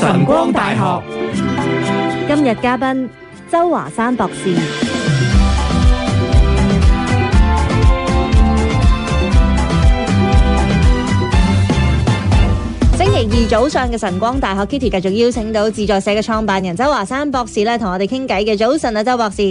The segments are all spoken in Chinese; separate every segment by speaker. Speaker 1: 晨光大學。
Speaker 2: 今日嘉賓周華山博士。星期二早上嘅晨光大學，Kitty 繼續邀請到自在社嘅創辦人周華山博士咧，同我哋傾偈嘅。早晨啊，周博士。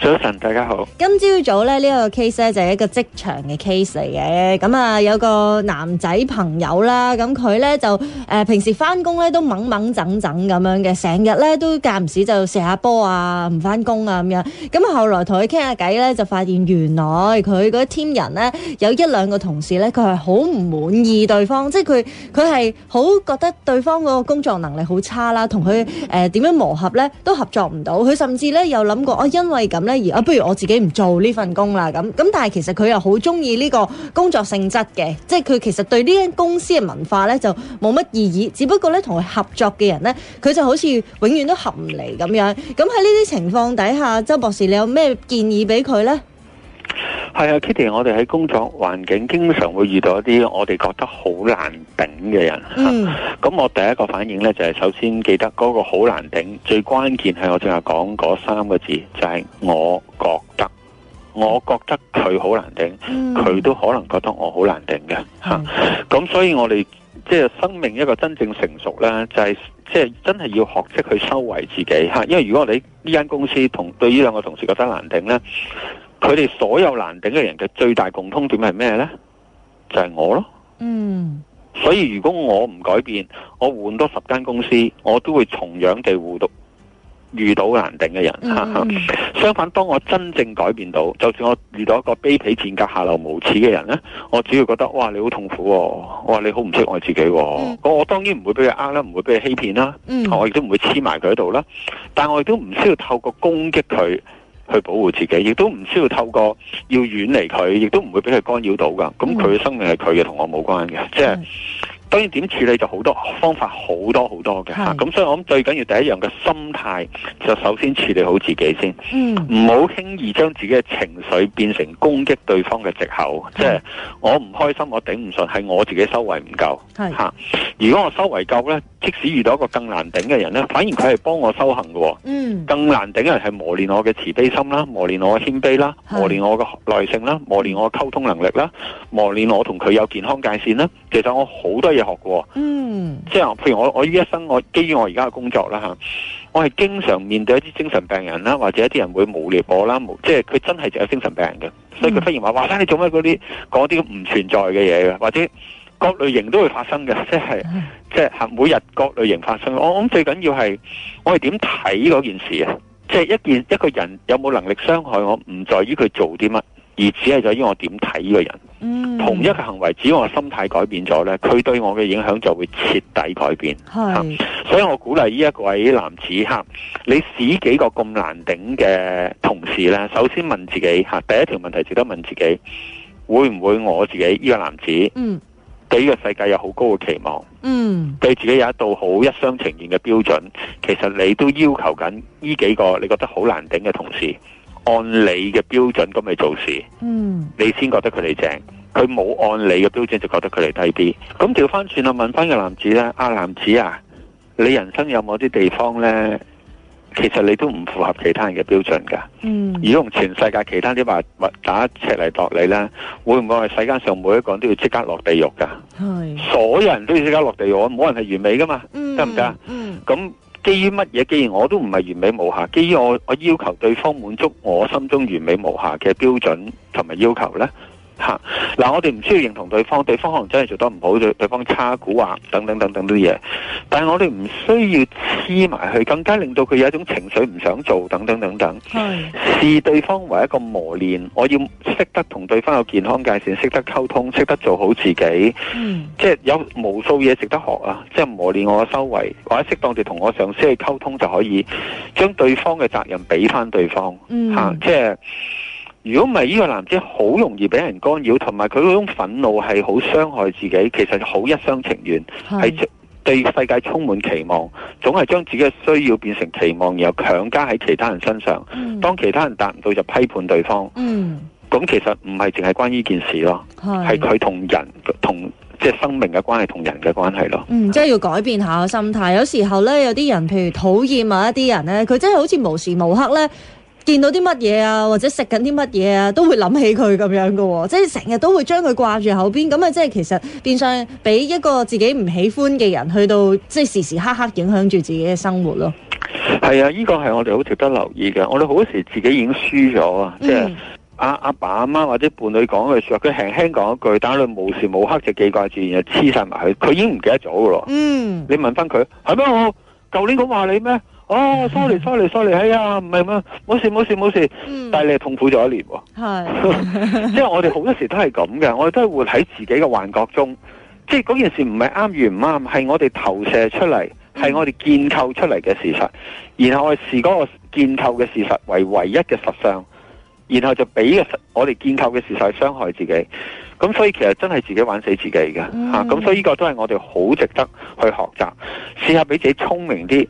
Speaker 3: 早晨，大家好。
Speaker 2: 今朝早咧呢、呢個 case 咧就係一個職場嘅 case 嚟嘅，咁啊有個男仔朋友啦，咁佢咧就誒、呃平時翻工咧都懵懵整整咁樣嘅，成日咧都呃間唔時就射下波啊，唔翻工啊咁樣。咁後來同佢傾下偈咧，就發現原來佢嗰 team 人咧有一兩個同事咧，佢係好唔滿意對方，即係佢佢係好覺得對方嗰個工作能力好差啦，同佢誒點樣磨合咧都合作唔到。佢甚至咧有諗過，哦，因為咁咧而啊，不如我自己唔做呢份工啦咁。咁但係其實佢又好中意呢個工作性質嘅，即係佢其實對呢間公司嘅文化咧就冇乜意義。只不過咧同佢合作嘅人咧，佢就好似永遠都合唔嚟咁樣。咁喺呢啲情況底下，周博士你有咩建議俾佢咧？
Speaker 3: 係啊，Kitty，我哋喺工作環境經常會遇到一啲我哋覺得好難頂嘅人。
Speaker 2: 嗯
Speaker 3: 咁我第一個反應呢，就係、首先記得嗰個好難頂，最關鍵係我正係講嗰三個字，就係、我覺得，我覺得佢好難頂，
Speaker 2: 嗯，
Speaker 3: 佢都可能覺得我好難頂嘅。嚇、咁所以我哋即係生命一個真正成熟呢，就係即係真係要學識去收為自己嚇。因為如果我哋呢間公司同對呢兩個同事覺得難頂呢，佢哋所有難頂嘅人嘅最大共通點係咩呢？就係、我咯。
Speaker 2: 嗯
Speaker 3: 所以如果我唔改變，我換多十間公司，我都會同樣地互到遇到難頂嘅人。
Speaker 2: 嗯
Speaker 3: 嚇嚇
Speaker 2: 嗯
Speaker 3: 相反，當我真正改變到，就算我遇到一個卑鄙、賤格、下流、無恥嘅人呢，我只會覺得哇，你好痛苦喎、哇，你好唔識愛自己喎、
Speaker 2: 嗯
Speaker 3: 我我當然唔會俾佢呃啦，唔會俾佢欺騙啦，
Speaker 2: 嗯
Speaker 3: 我亦都唔會黐埋佢喺度啦。但我亦都唔需要透過攻擊佢去保護自己，亦都唔需要透過要遠離佢，亦都唔會俾佢干擾到噶。咁
Speaker 2: 嗯
Speaker 3: 佢嘅生命係佢嘅，同我冇關嘅。即係
Speaker 2: 嗯
Speaker 3: 當然點處理就好多方法，好多好多嘅。
Speaker 2: 係
Speaker 3: 嚇咁所以我諗最緊要第一樣嘅心態，就首先處理好自己先。
Speaker 2: 嗯
Speaker 3: 唔好輕易將自己嘅情緒變成攻擊對方嘅藉口，即係我唔開心，我頂唔順，係我自己收圍唔夠
Speaker 2: 係
Speaker 3: 嚇。如果我收圍夠呢，即使遇到一個更難頂嘅人呢，反而佢係幫我修行嘅喎。
Speaker 2: 嗯
Speaker 3: 更難頂嘅人係磨練我嘅慈悲心啦，磨練我嘅謙卑啦，
Speaker 2: 係
Speaker 3: 磨練我嘅耐性啦，磨練我嘅溝通能力啦，磨練我同佢有健康界線啦。其實我好多嘢學嘅喎。
Speaker 2: 嗯
Speaker 3: 即係譬如我我呢一生我基於我而家嘅工作啦嚇，我係經常面對一啲精神病人啦，或者一啲人會無聊我啦，無即係佢真係就有精神病人嘅，所以佢忽然話：華山你做咩嗰啲講啲唔存在嘅嘢嘅，或者各類型都會發生嘅， 即係即係嚇每日各類型發生。我我諗最緊要係我係點睇嗰件事啊，即係一件一個人有冇能力傷害我，唔在於佢做啲乜，而只係在於我點睇呢個人。
Speaker 2: 嗯
Speaker 3: 同一個行為，只要我心態改變咗呢，佢對我嘅影響就會徹底改變。
Speaker 2: 係
Speaker 3: 所以我鼓勵呢一位男子嚇，你使幾個咁難頂嘅同事呢，首先問自己嚇，第一條問題值得問自己，會唔會我自己呢個男子
Speaker 2: 嗯
Speaker 3: 對呢個世界有好高嘅期望，
Speaker 2: 嗯
Speaker 3: 對自己有一道好一廂情願嘅標準？其實你都要求緊呢幾個你覺得好難頂嘅同事，按你嘅標準咁去做事。
Speaker 2: 嗯
Speaker 3: 你先覺得佢哋正。佢冇按你嘅標準就覺得佢哋低啲。咁調翻轉啦，問翻個男子咧，啊男子啊，你人生有冇啲地方呢？其實你都唔符合其他人嘅標準㗎。
Speaker 2: 嗯
Speaker 3: 如果用全世界其他啲話話打尺嚟度你呢，會唔會係世間上每一個人都要即刻落地獄㗎？
Speaker 2: 係
Speaker 3: 所有人都要即刻落地獄，冇人係完美㗎嘛。
Speaker 2: 嗯
Speaker 3: 得唔啊得？
Speaker 2: 嗯
Speaker 3: 咁基於乜嘢？既然我都唔係完美無瑕，基於我我要求對方滿足我心中完美無瑕嘅標準同埋要求呢。吓嗱、我哋唔需要認同對方，對方可能真係做得唔好，對對方差估啊，等等等等啲嘢，但係我哋唔需要黐埋去，更加令到佢有一種情緒唔想做，等等等等，
Speaker 2: 係
Speaker 3: 視對方為一個磨練，我要識得同對方有健康界線，識得溝通，識得做好自己。
Speaker 2: 嗯
Speaker 3: 即係有無數嘢值得學啊！即係磨練我嘅修為，或者適當地同我上司去溝通就可以將對方嘅責任俾翻對方嚇、
Speaker 2: 嗯
Speaker 3: 即係如果唔係，呢個男仔好容易俾人干擾，同埋佢嗰種憤怒係好傷害自己，其實好一廂情願，
Speaker 2: 係
Speaker 3: 係對世界充滿期望，總係將自己嘅需要變成期望，然後強加喺其他人身上。
Speaker 2: 嗯
Speaker 3: 當其他人達唔到就批判對方，
Speaker 2: 嗯
Speaker 3: 咁其實唔係淨係關於呢件事咯。
Speaker 2: 係
Speaker 3: 係佢同人同即係生命嘅關係同人嘅關係咯。
Speaker 2: 嗯，即係要改變下個心態。有時候咧，有啲人譬如討厭某一啲人咧，佢真係好似無時無刻咧。見到啲乜嘢啊，或者食緊啲乜嘢啊，都會諗起佢咁樣嘅喎、即係成日都會將佢掛住後邊，咁啊，即係其實變相俾一個自己唔喜歡嘅人去到，即係時時刻刻影響住自己嘅生活咯。
Speaker 3: 係啊，呢個係我哋好值得留意嘅。我哋好多時自己已經輸咗啊，即係
Speaker 2: 嗯，
Speaker 3: 阿阿爸阿媽或者伴侶講句説話，佢輕輕講一句，但係佢無時無刻就記掛住，然後黐晒埋佢，佢已經唔記得咗嘅咯。
Speaker 2: 嗯，
Speaker 3: 你問翻佢係咩？我舊年咁話你咩？哦，sorry sorry sorry，哎呀，唔係咩，冇事冇事冇事，
Speaker 2: 嗯，
Speaker 3: 但係你係痛苦咗一年喎。
Speaker 2: 係，
Speaker 3: 因為我哋好多時都係咁嘅，我哋都係活喺自己嘅幻覺中，即係嗰件事唔係啱與唔啱，係我哋投射出嚟，
Speaker 2: 嗯
Speaker 3: 係我哋建構出嚟嘅事實，然後我哋視嗰個建構嘅事實為唯一嘅實相，然後就俾嘅實我哋建構嘅事實去傷害自己，咁所以其實真係自己玩死自己嘅吓，
Speaker 2: 嗯
Speaker 3: 啊咁、所以呢個都係我哋好值得去學習，試下俾自己聰明啲。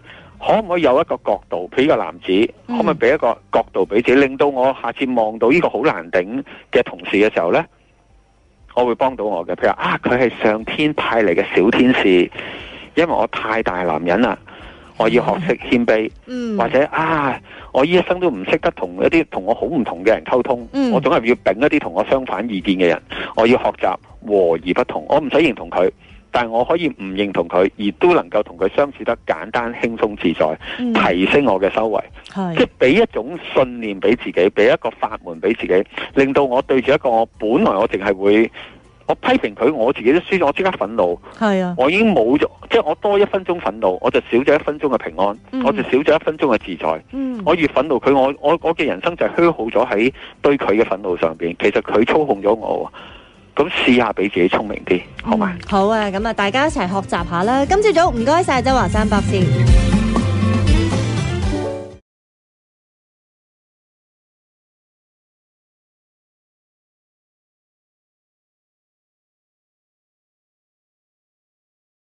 Speaker 3: 可唔可以有一個角度，譬如呢個男子，
Speaker 2: 嗯
Speaker 3: 可唔可以俾一個角度俾自己，令到我下次望到呢個好難頂嘅同事嘅時候呢，我會幫到我嘅。譬如話啊，佢係上天派嚟嘅小天使，因為我太大男人啦，我要學識謙卑，
Speaker 2: 嗯，
Speaker 3: 或者啊，我呢一生都唔識得同一啲同我好唔同嘅人溝通，
Speaker 2: 嗯
Speaker 3: 我總係要丙一啲同我相反意見嘅人，我要學習和而不同，我唔使認同佢。但係我可以唔認同佢，而都能夠同佢相處得簡單、輕鬆、自在，
Speaker 2: 嗯
Speaker 3: 提升我嘅修為。即
Speaker 2: 係
Speaker 3: 係，俾一種信念俾自己，俾一個法門俾自己，令到我對住一個我本來我淨係會我批評佢，我自己都輸咗，我即刻憤怒，
Speaker 2: 係啊，
Speaker 3: 我已經冇咗，即係我多一分鐘憤怒，我就少咗一分鐘嘅平安，
Speaker 2: 嗯
Speaker 3: 我就少咗一分鐘嘅自在。
Speaker 2: 嗯，
Speaker 3: 我越憤怒佢，我我我嘅人生就係虛耗咗喺對佢嘅憤怒上邊，其實佢操控咗我喎。咁試下俾自己聰明啲，好嘛？
Speaker 2: 嗯好啊，咁啊，大家一齊學習下啦。今朝早唔該晒周華山博士。